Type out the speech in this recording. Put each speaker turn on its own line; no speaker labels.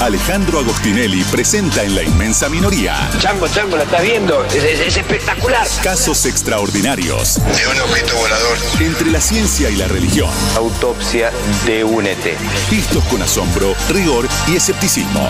Alejandro Agostinelli presenta en la inmensa minoría
Chango, chango, la estás viendo. Es, es- es espectacular.
casos extraordinarios
de un objeto volador.
entre la ciencia y la religión.
Autopsia de un ET.
Vistos con asombro, rigor y escepticismo.